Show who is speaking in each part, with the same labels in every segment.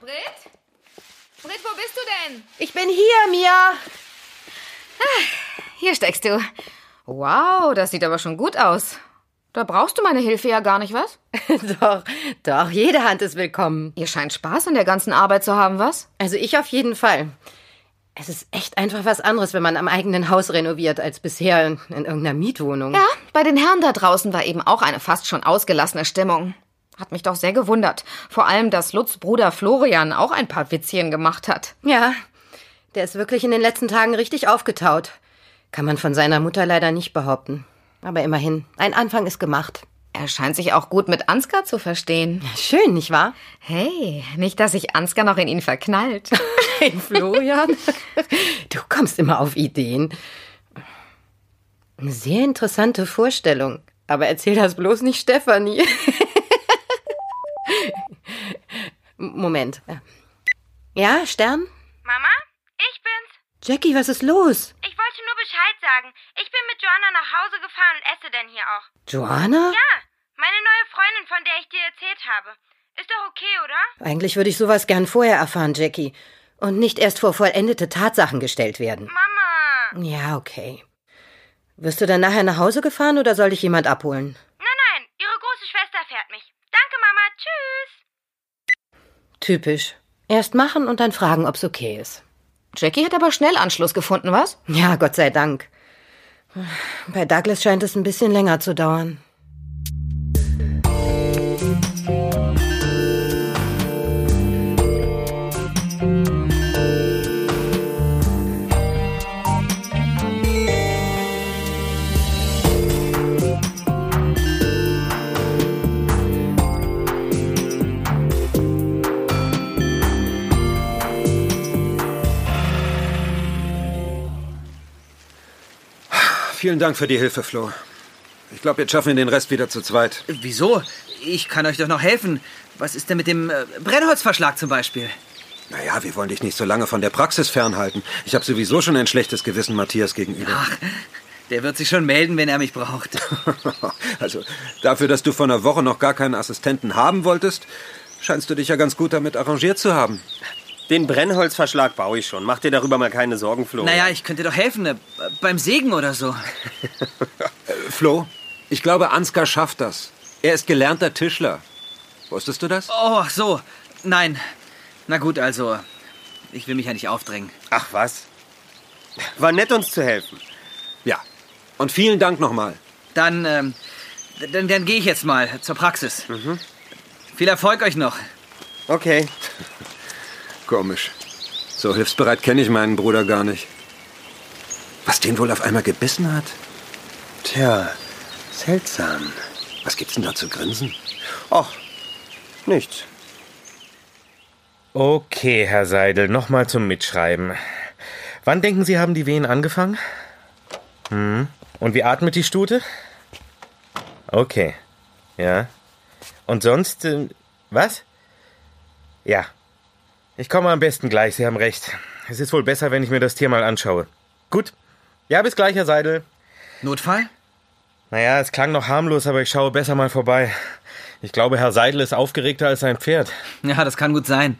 Speaker 1: Brit? Brit, wo bist du denn?
Speaker 2: Ich bin hier, Mia.
Speaker 1: Hier steckst du. Wow, das sieht aber schon gut aus. Da brauchst du meine Hilfe ja gar nicht, was?
Speaker 2: doch, doch, jede Hand ist willkommen.
Speaker 1: Ihr scheint Spaß an der ganzen Arbeit zu haben, was?
Speaker 2: Also ich auf jeden Fall. Es ist echt einfach was anderes, wenn man am eigenen Haus renoviert, als bisher in, in irgendeiner Mietwohnung.
Speaker 1: Ja, bei den Herren da draußen war eben auch eine fast schon ausgelassene Stimmung. Hat mich doch sehr gewundert. Vor allem, dass Lutz Bruder Florian auch ein paar Witzchen gemacht hat.
Speaker 2: Ja, der ist wirklich in den letzten Tagen richtig aufgetaut. Kann man von seiner Mutter leider nicht behaupten. Aber immerhin, ein Anfang ist gemacht.
Speaker 1: Er scheint sich auch gut mit Ansgar zu verstehen.
Speaker 2: Schön, nicht wahr?
Speaker 1: Hey, nicht, dass sich Ansgar noch in ihn verknallt.
Speaker 2: Hey, Florian. du kommst immer auf Ideen. Eine sehr interessante Vorstellung. Aber erzähl das bloß nicht Stefanie. M- Moment. Ja, Stern?
Speaker 3: Mama? Ich bin's.
Speaker 2: Jackie, was ist los?
Speaker 3: Ich wollte nur Bescheid sagen. Ich bin mit Joanna nach Hause gefahren und esse denn hier auch.
Speaker 2: Joanna?
Speaker 3: Ja, meine neue Freundin, von der ich dir erzählt habe. Ist doch okay, oder?
Speaker 2: Eigentlich würde ich sowas gern vorher erfahren, Jackie. Und nicht erst vor vollendete Tatsachen gestellt werden.
Speaker 3: Mama!
Speaker 2: Ja, okay. Wirst du dann nachher nach Hause gefahren oder soll dich jemand abholen?
Speaker 3: Nein, nein, ihre große Schwester fährt mich. Danke, Mama. Tschüss.
Speaker 2: Typisch. Erst machen und dann fragen, ob's okay ist.
Speaker 1: Jackie hat aber schnell Anschluss gefunden, was?
Speaker 2: Ja, Gott sei Dank. Bei Douglas scheint es ein bisschen länger zu dauern.
Speaker 4: Vielen Dank für die Hilfe, Flo. Ich glaube, jetzt schaffen wir den Rest wieder zu zweit.
Speaker 5: Wieso? Ich kann euch doch noch helfen. Was ist denn mit dem äh, Brennholzverschlag zum Beispiel?
Speaker 4: Naja, wir wollen dich nicht so lange von der Praxis fernhalten. Ich habe sowieso schon ein schlechtes Gewissen Matthias gegenüber.
Speaker 5: Ach, der wird sich schon melden, wenn er mich braucht.
Speaker 4: Also, dafür, dass du vor einer Woche noch gar keinen Assistenten haben wolltest, scheinst du dich ja ganz gut damit arrangiert zu haben.
Speaker 6: Den Brennholzverschlag baue ich schon. Mach dir darüber mal keine Sorgen, Flo.
Speaker 5: Naja, ich könnte doch helfen. äh, Beim Sägen oder so.
Speaker 4: Flo, ich glaube, Ansgar schafft das. Er ist gelernter Tischler. Wusstest du das?
Speaker 5: Oh, ach so. Nein. Na gut, also. Ich will mich ja nicht aufdrängen.
Speaker 6: Ach was. War nett, uns zu helfen.
Speaker 4: Ja. Und vielen Dank nochmal.
Speaker 5: Dann, ähm, dann, dann gehe ich jetzt mal zur Praxis. Viel Erfolg euch noch.
Speaker 6: Okay.
Speaker 4: Komisch. So hilfsbereit kenne ich meinen Bruder gar nicht. Was den wohl auf einmal gebissen hat?
Speaker 6: Tja, seltsam.
Speaker 4: Was gibt's denn da zu grinsen? Oh,
Speaker 6: Ach, nichts.
Speaker 7: Okay, Herr Seidel, nochmal zum Mitschreiben. Wann denken Sie, haben die Wehen angefangen? Hm. Und wie atmet die Stute? Okay. Ja. Und sonst. ähm, was? Ja. Ich komme am besten gleich, Sie haben recht. Es ist wohl besser, wenn ich mir das Tier mal anschaue. Gut. Ja, bis gleich, Herr Seidel.
Speaker 5: Notfall?
Speaker 7: Naja, es klang noch harmlos, aber ich schaue besser mal vorbei. Ich glaube, Herr Seidel ist aufgeregter als sein Pferd.
Speaker 5: Ja, das kann gut sein.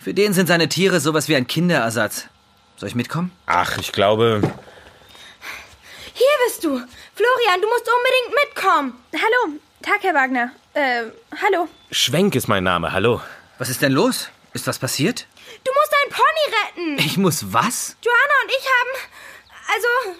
Speaker 5: Für den sind seine Tiere sowas wie ein Kinderersatz. Soll ich mitkommen?
Speaker 7: Ach, ich glaube,
Speaker 8: Hier bist du. Florian, du musst unbedingt mitkommen.
Speaker 3: Hallo. Tag, Herr Wagner. Äh, hallo.
Speaker 7: Schwenk ist mein Name. Hallo.
Speaker 5: Was ist denn los? Ist was passiert?
Speaker 8: Du musst dein Pony retten.
Speaker 5: Ich muss was?
Speaker 8: Joanna und ich haben... Also,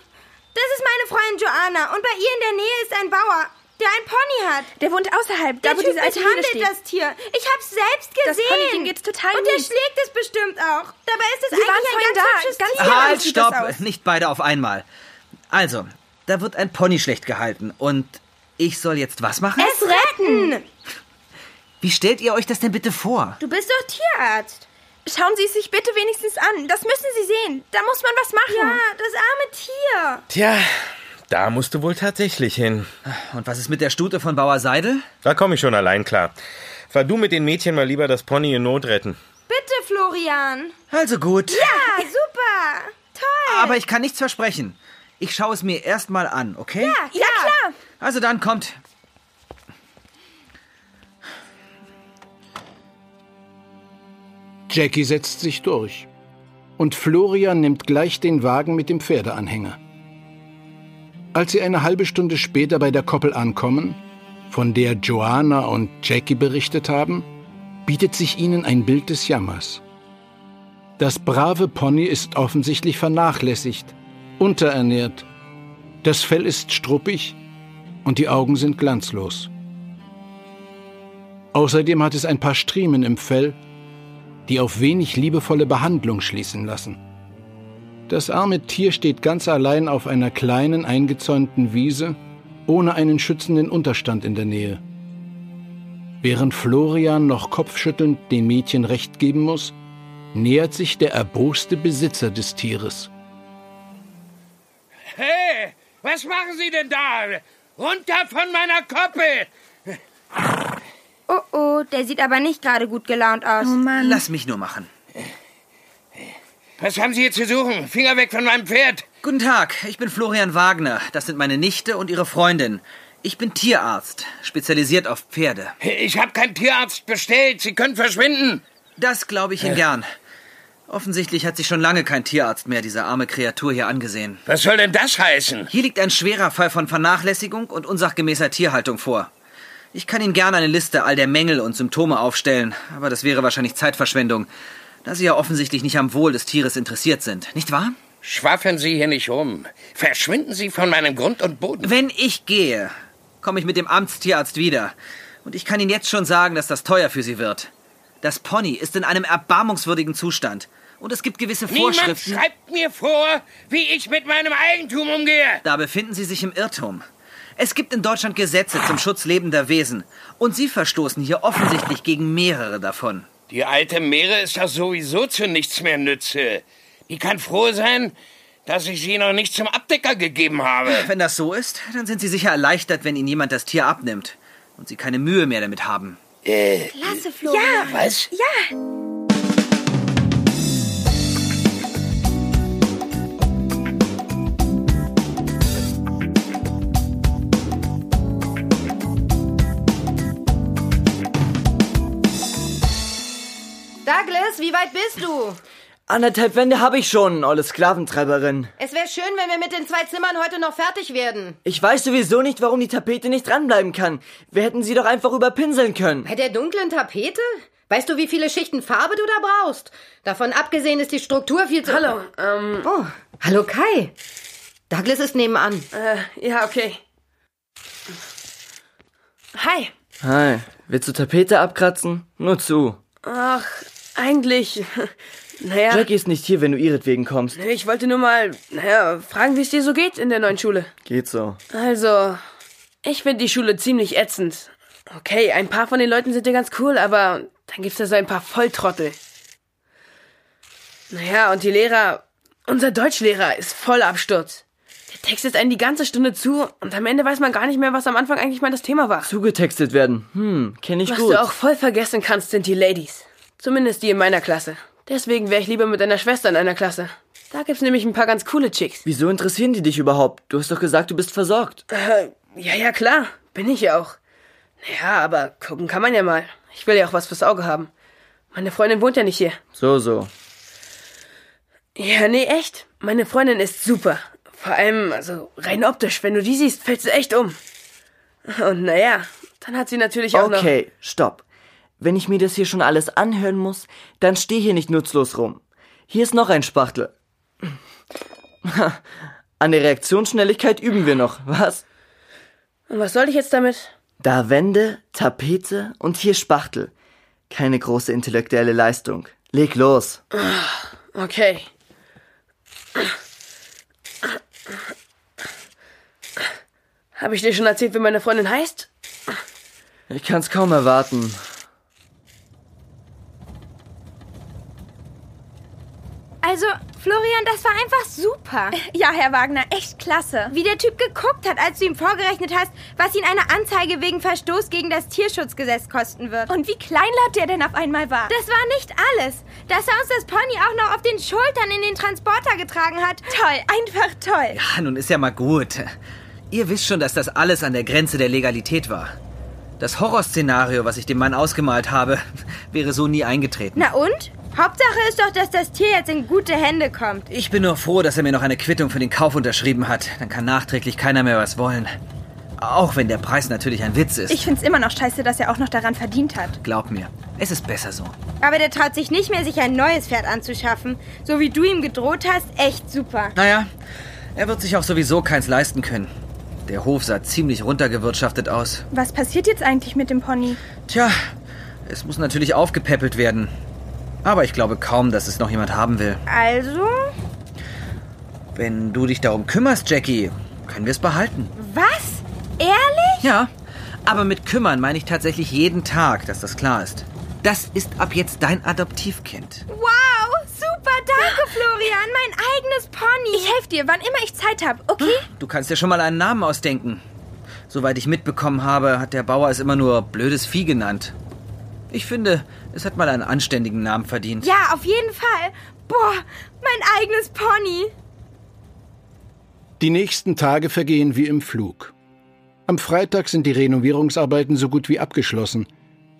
Speaker 8: das ist meine Freundin Joanna. Und bei ihr in der Nähe ist ein Bauer, der ein Pony hat.
Speaker 3: Der wohnt außerhalb,
Speaker 8: Der Typ misshandelt das Tier. Ich hab's selbst
Speaker 3: Das
Speaker 8: gesehen.
Speaker 3: Pony-Ding geht's total
Speaker 8: Und der
Speaker 3: mies.
Speaker 8: schlägt es bestimmt auch. Dabei ist es
Speaker 3: Sie waren
Speaker 8: eigentlich ein
Speaker 3: vorhin
Speaker 8: ganz
Speaker 3: da.
Speaker 8: hübsches
Speaker 3: Ganz
Speaker 8: Tier.
Speaker 3: Ja,
Speaker 5: halt,
Speaker 3: sieht das
Speaker 5: stopp!
Speaker 3: aus.
Speaker 5: Nicht beide auf einmal. Also, da wird ein Pony schlecht gehalten und ich soll jetzt was machen?
Speaker 8: Es retten.
Speaker 5: Wie stellt ihr euch das denn bitte vor?
Speaker 8: Du bist doch Tierarzt. Schauen Sie es sich bitte wenigstens an. Das müssen Sie sehen. Da muss man was machen. Ja, das arme Tier.
Speaker 7: Tja, da musst du wohl tatsächlich hin.
Speaker 5: Und was ist mit der Stute von Bauer Seidel?
Speaker 7: Da komme ich schon allein klar. Fahr du mit den Mädchen mal lieber das Pony in Not retten.
Speaker 8: Bitte, Florian.
Speaker 5: Also gut.
Speaker 8: Ja, super. Toll.
Speaker 5: Aber ich kann nichts versprechen. Ich schaue es mir erstmal an, okay?
Speaker 8: ja, ja, klar.
Speaker 5: Also dann kommt.
Speaker 9: Jackie setzt sich durch. Und Florian nimmt gleich den Wagen mit dem Pferdeanhänger. Als sie eine halbe Stunde später bei der Koppel ankommen, von der Joanna und Jackie berichtet haben, bietet sich ihnen ein Bild des Jammers. Das brave Pony ist offensichtlich vernachlässigt, unterernährt, das Fell ist struppig und die Augen sind glanzlos. Außerdem hat es ein paar Striemen im Fell, die auf wenig liebevolle Behandlung schließen lassen. Das arme Tier steht ganz allein auf einer kleinen eingezäunten Wiese, ohne einen schützenden Unterstand in der Nähe. Während Florian noch kopfschüttelnd den Mädchen recht geben muss, nähert sich der erboste Besitzer des Tieres.
Speaker 10: Hey, was machen Sie denn da? Runter von meiner Koppel!
Speaker 8: Oh oh, der sieht aber nicht gerade gut gelaunt aus. Oh Mann.
Speaker 5: Lass mich nur machen.
Speaker 10: Was haben Sie hier zu suchen? Finger weg von meinem Pferd!
Speaker 5: Guten Tag, ich bin Florian Wagner. Das sind meine Nichte und ihre Freundin. Ich bin Tierarzt, spezialisiert auf Pferde.
Speaker 10: Ich habe keinen Tierarzt bestellt. Sie können verschwinden.
Speaker 5: Das glaube ich Ihnen gern. Offensichtlich hat sich schon lange kein Tierarzt mehr diese arme Kreatur hier angesehen.
Speaker 10: Was soll denn das heißen?
Speaker 5: Hier liegt ein schwerer Fall von Vernachlässigung und unsachgemäßer Tierhaltung vor. Ich kann Ihnen gerne eine Liste all der Mängel und Symptome aufstellen, aber das wäre wahrscheinlich Zeitverschwendung, da Sie ja offensichtlich nicht am Wohl des Tieres interessiert sind, nicht wahr?
Speaker 10: Schwaffeln Sie hier nicht rum. Verschwinden Sie von meinem Grund und Boden.
Speaker 5: Wenn ich gehe, komme ich mit dem Amtstierarzt wieder. Und ich kann Ihnen jetzt schon sagen, dass das teuer für Sie wird. Das Pony ist in einem erbarmungswürdigen Zustand. Und es gibt gewisse
Speaker 10: Niemand
Speaker 5: Vorschriften.
Speaker 10: schreibt mir vor, wie ich mit meinem Eigentum umgehe.
Speaker 5: Da befinden Sie sich im Irrtum. Es gibt in Deutschland Gesetze zum Schutz lebender Wesen. Und Sie verstoßen hier offensichtlich gegen mehrere davon.
Speaker 10: Die alte Meere ist doch sowieso zu nichts mehr nütze. Die kann froh sein, dass ich sie noch nicht zum Abdecker gegeben habe.
Speaker 5: Wenn das so ist, dann sind Sie sicher erleichtert, wenn Ihnen jemand das Tier abnimmt und Sie keine Mühe mehr damit haben.
Speaker 10: Äh,
Speaker 8: Klasse, Florian.
Speaker 10: was?
Speaker 8: Ja.
Speaker 1: Douglas, wie weit bist du?
Speaker 11: Anderthalb Wände habe ich schon, olle Sklaventreiberin.
Speaker 2: Es wäre schön, wenn wir mit den zwei Zimmern heute noch fertig werden.
Speaker 11: Ich weiß sowieso nicht, warum die Tapete nicht dranbleiben kann. Wir hätten sie doch einfach überpinseln können.
Speaker 2: Bei der dunklen Tapete? Weißt du, wie viele Schichten Farbe du da brauchst? Davon abgesehen ist die Struktur viel zu. Hallo, ähm. Oh, hallo Kai. Douglas ist nebenan.
Speaker 12: Äh. Ja, okay. Hi.
Speaker 11: Hi, willst du Tapete abkratzen? Nur zu.
Speaker 12: Ach, eigentlich. Naja,
Speaker 11: Jackie ist nicht hier, wenn du ihretwegen kommst.
Speaker 12: ich wollte nur mal, naja, fragen, wie es dir so geht in der neuen Schule.
Speaker 11: Geht so.
Speaker 12: Also, ich finde die Schule ziemlich ätzend. Okay, ein paar von den Leuten sind ja ganz cool, aber dann gibt's da so ein paar Volltrottel. Naja, und die Lehrer, unser Deutschlehrer ist voll Absturz. Der textet einen die ganze Stunde zu und am Ende weiß man gar nicht mehr, was am Anfang eigentlich mal das Thema war.
Speaker 11: Zugetextet werden. Hm, kenne ich
Speaker 12: Was
Speaker 11: gut.
Speaker 12: du auch voll vergessen kannst, sind die Ladies. Zumindest die in meiner Klasse. Deswegen wäre ich lieber mit deiner Schwester in einer Klasse. Da gibt's nämlich ein paar ganz coole Chicks.
Speaker 11: Wieso interessieren die dich überhaupt? Du hast doch gesagt, du bist versorgt.
Speaker 12: Ja, ja, klar. Bin ich ja auch. Naja, aber gucken kann man ja mal. Ich will ja auch was fürs Auge haben. Meine Freundin wohnt ja nicht hier.
Speaker 11: So, so.
Speaker 12: Ja, nee, echt. Meine Freundin ist super. Vor allem, also rein optisch, wenn du die siehst, fällst du echt um. Und naja, dann hat sie natürlich auch noch...
Speaker 11: Okay, stopp. Wenn ich mir das hier schon alles anhören muss, dann steh hier nicht nutzlos rum. Hier ist noch ein Spachtel. An der Reaktionsschnelligkeit üben wir noch, was?
Speaker 12: Und was soll ich jetzt damit?
Speaker 11: Da Wände, Tapete und hier Spachtel. Keine große intellektuelle Leistung. Leg los.
Speaker 12: Okay. Habe ich dir schon erzählt, wie meine Freundin heißt?
Speaker 11: Ich kann's kaum erwarten.
Speaker 8: Also, Florian, das war einfach super. Äh, Ja, Herr Wagner, echt klasse. Wie der Typ geguckt hat, als du ihm vorgerechnet hast, was ihn eine Anzeige wegen Verstoß gegen das Tierschutzgesetz kosten wird. Und wie kleinlaut der denn auf einmal war. Das war nicht alles. Dass er uns das Pony auch noch auf den Schultern in den Transporter getragen hat. Toll, einfach toll.
Speaker 5: Ah, nun ist ja mal gut. Ihr wisst schon, dass das alles an der Grenze der Legalität war. Das Horrorszenario, was ich dem Mann ausgemalt habe, wäre so nie eingetreten.
Speaker 8: Na und? Hauptsache ist doch, dass das Tier jetzt in gute Hände kommt.
Speaker 5: Ich bin nur froh, dass er mir noch eine Quittung für den Kauf unterschrieben hat. Dann kann nachträglich keiner mehr was wollen. Auch wenn der Preis natürlich ein Witz ist.
Speaker 8: Ich find's immer noch scheiße, dass er auch noch daran verdient hat.
Speaker 5: Glaub mir, es ist besser so.
Speaker 8: Aber der traut sich nicht mehr, sich ein neues Pferd anzuschaffen. So wie du ihm gedroht hast, echt super.
Speaker 5: Naja, er wird sich auch sowieso keins leisten können. Der Hof sah ziemlich runtergewirtschaftet aus.
Speaker 8: Was passiert jetzt eigentlich mit dem Pony?
Speaker 5: Tja, es muss natürlich aufgepäppelt werden. Aber ich glaube kaum, dass es noch jemand haben will.
Speaker 8: Also?
Speaker 5: Wenn du dich darum kümmerst, Jackie, können wir es behalten.
Speaker 8: Was? Ehrlich?
Speaker 5: Ja. Aber mit kümmern meine ich tatsächlich jeden Tag, dass das klar ist. Das ist ab jetzt dein Adoptivkind.
Speaker 8: Wow, super, danke Florian, mein eigenes Pony. Hm. Ich helfe dir, wann immer ich Zeit habe, okay?
Speaker 5: Du kannst dir schon mal einen Namen ausdenken. Soweit ich mitbekommen habe, hat der Bauer es immer nur blödes Vieh genannt. Ich finde, es hat mal einen anständigen Namen verdient.
Speaker 8: Ja, auf jeden Fall. Boah, mein eigenes Pony.
Speaker 9: Die nächsten Tage vergehen wie im Flug. Am Freitag sind die Renovierungsarbeiten so gut wie abgeschlossen.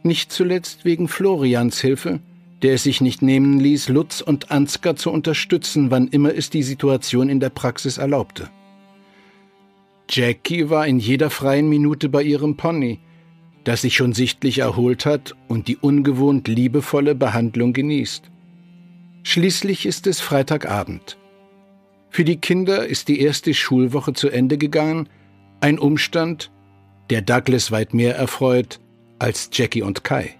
Speaker 9: Nicht zuletzt wegen Florians Hilfe, der es sich nicht nehmen ließ, Lutz und Ansgar zu unterstützen, wann immer es die Situation in der Praxis erlaubte. Jackie war in jeder freien Minute bei ihrem Pony, das sich schon sichtlich erholt hat und die ungewohnt liebevolle Behandlung genießt. Schließlich ist es Freitagabend. Für die Kinder ist die erste Schulwoche zu Ende gegangen, ein Umstand, der Douglas weit mehr erfreut als Jackie und Kai.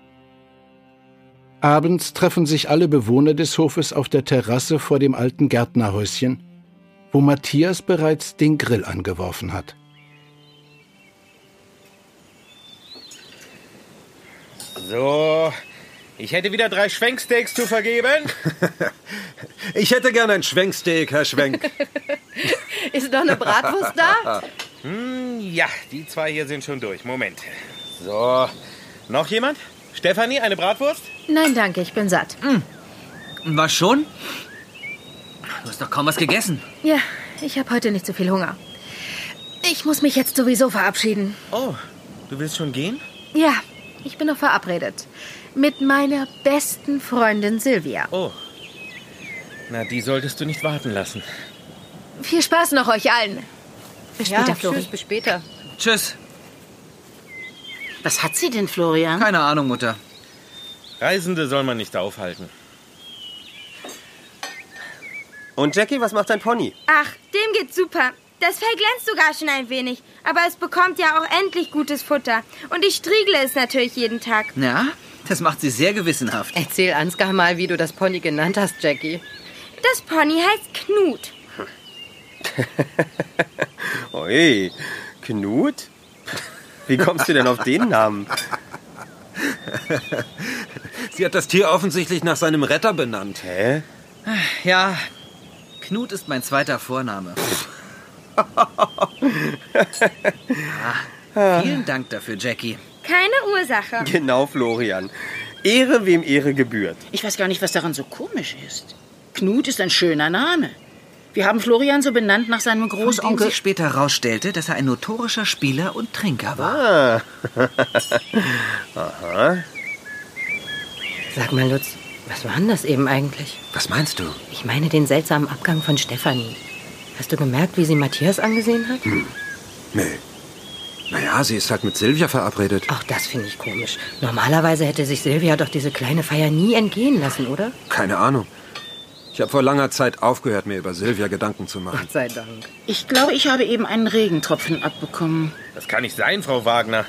Speaker 9: Abends treffen sich alle Bewohner des Hofes auf der Terrasse vor dem alten Gärtnerhäuschen, wo Matthias bereits den Grill angeworfen hat.
Speaker 7: So, ich hätte wieder drei Schwenksteaks zu vergeben.
Speaker 4: Ich hätte gern ein Schwenksteak, Herr Schwenk.
Speaker 2: Ist noch eine Bratwurst da?
Speaker 7: Hm, ja, die zwei hier sind schon durch. Moment. So, noch jemand? Stefanie, eine Bratwurst?
Speaker 1: Nein, danke, ich bin satt.
Speaker 5: Was schon? Du hast doch kaum was gegessen.
Speaker 1: Ja, ich habe heute nicht so viel Hunger. Ich muss mich jetzt sowieso verabschieden.
Speaker 7: Oh, du willst schon gehen?
Speaker 1: Ja, ich bin noch verabredet. Mit meiner besten Freundin Silvia.
Speaker 7: Oh. Na, die solltest du nicht warten lassen.
Speaker 1: Viel Spaß noch euch allen. Bis
Speaker 2: Ja,
Speaker 1: später, Flori.
Speaker 2: tschüss, bis später.
Speaker 5: Tschüss.
Speaker 13: Was hat sie denn, Florian?
Speaker 5: Keine Ahnung, Mutter.
Speaker 7: Reisende soll man nicht aufhalten.
Speaker 6: Und Jackie, was macht dein Pony?
Speaker 8: Ach, dem geht's super. Das Fell glänzt sogar schon ein wenig, aber es bekommt ja auch endlich gutes Futter. Und ich striegle es natürlich jeden Tag.
Speaker 5: Na, das macht sie sehr gewissenhaft.
Speaker 2: Erzähl Ansgar mal, wie du das Pony genannt hast, Jackie.
Speaker 8: Das Pony heißt Knut.
Speaker 6: Ui, Knut? Wie kommst du denn auf den Namen?
Speaker 4: Sie hat das Tier offensichtlich nach seinem Retter benannt.
Speaker 6: Hä?
Speaker 5: Ah, Ja, Knut ist mein zweiter Vorname. ja, Ah, vielen Dank dafür, Jackie.
Speaker 8: Keine Ursache.
Speaker 6: Genau, Florian. Ehre, wem Ehre gebührt.
Speaker 13: Ich weiß gar nicht, was daran so komisch ist. Knut ist ein schöner Name. Wir haben Florian so benannt nach seinem
Speaker 5: Von dem
Speaker 13: Großonkel.
Speaker 5: sich später herausstellte, dass er ein notorischer Spieler und Trinker war.
Speaker 6: Ah. Aha.
Speaker 2: Sag mal, Lutz, was war denn das eben eigentlich?
Speaker 4: Was meinst du?
Speaker 2: Ich meine den seltsamen Abgang von Stefanie. Hast du gemerkt, wie sie Matthias angesehen hat?
Speaker 4: Nee. Naja, sie ist halt mit Silvia verabredet.
Speaker 2: Auch das finde ich komisch. Normalerweise hätte sich Silvia doch diese kleine Feier nie entgehen lassen, oder?
Speaker 4: Keine Ahnung. Ich habe vor langer Zeit aufgehört, mir über Silvia Gedanken zu machen.
Speaker 2: Sei Dank.
Speaker 13: Ich glaube, ich habe eben einen Regentropfen abbekommen.
Speaker 7: Das kann nicht sein, Frau Wagner.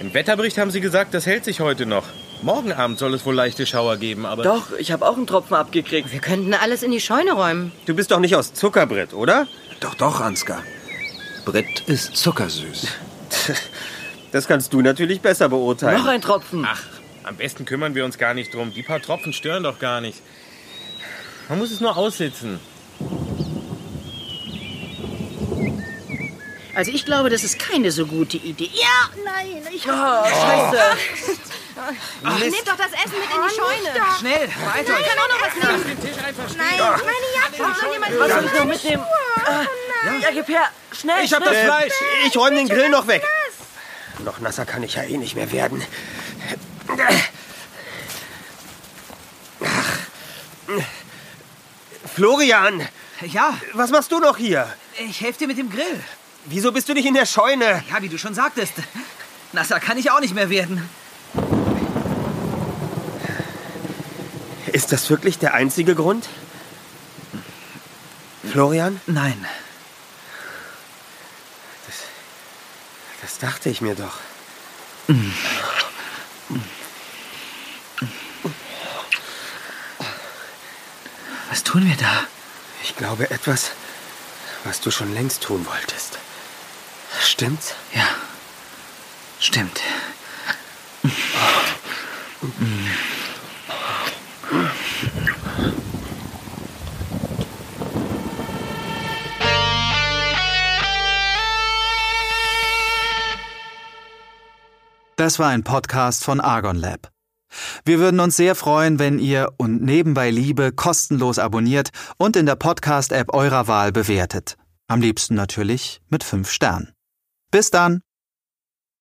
Speaker 7: Im Wetterbericht haben Sie gesagt, das hält sich heute noch. Morgen Abend soll es wohl leichte Schauer geben, aber.
Speaker 11: Doch, ich habe auch einen Tropfen abgekriegt.
Speaker 2: Wir könnten alles in die Scheune räumen.
Speaker 6: Du bist doch nicht aus Zuckerbrett, oder?
Speaker 4: Doch, doch, Ansgar. Brett ist zuckersüß.
Speaker 6: Das kannst du natürlich besser beurteilen.
Speaker 11: Noch ein Tropfen.
Speaker 7: Ach, am besten kümmern wir uns gar nicht drum. Die paar Tropfen stören doch gar nicht. Man muss es nur aussitzen.
Speaker 13: Also ich glaube, das ist keine so gute Idee. Ja, nein, ich habe...
Speaker 5: scheiße.
Speaker 13: Ach,
Speaker 8: Nehmt doch das Essen mit in die Scheune.
Speaker 5: Schnell, weiter.
Speaker 8: Ich kann auch noch was nehmen. Nein, meine Jacke. Soll jemand
Speaker 11: Was soll ich noch
Speaker 8: Meine
Speaker 11: mitnehmen?
Speaker 5: Ah.
Speaker 8: Schuhe. Oh,
Speaker 11: Ja, gib her. Schnell.
Speaker 6: Ich hab
Speaker 11: schnell.
Speaker 6: das Fleisch. Ich räume den Grill noch weg.
Speaker 4: Noch nasser kann ich ja eh nicht mehr werden.
Speaker 6: Florian!
Speaker 5: Ja?
Speaker 6: Was machst du noch hier?
Speaker 5: Ich helfe dir mit dem Grill.
Speaker 6: Wieso bist du nicht in der Scheune?
Speaker 5: Ja, wie du schon sagtest. Nasser kann ich auch nicht mehr werden.
Speaker 6: Ist das wirklich der einzige Grund? Florian?
Speaker 5: Nein.
Speaker 6: Das dachte ich mir doch.
Speaker 5: Was tun wir da?
Speaker 6: Ich glaube etwas, was du schon längst tun wolltest. Stimmt's?
Speaker 5: Ja. Stimmt.
Speaker 14: Das war ein Podcast von Argon Lab. Wir würden uns sehr freuen, wenn ihr und nebenbei Liebe kostenlos abonniert und in der Podcast-App eurer Wahl bewertet. Am liebsten natürlich mit 5 Sternen. Bis dann!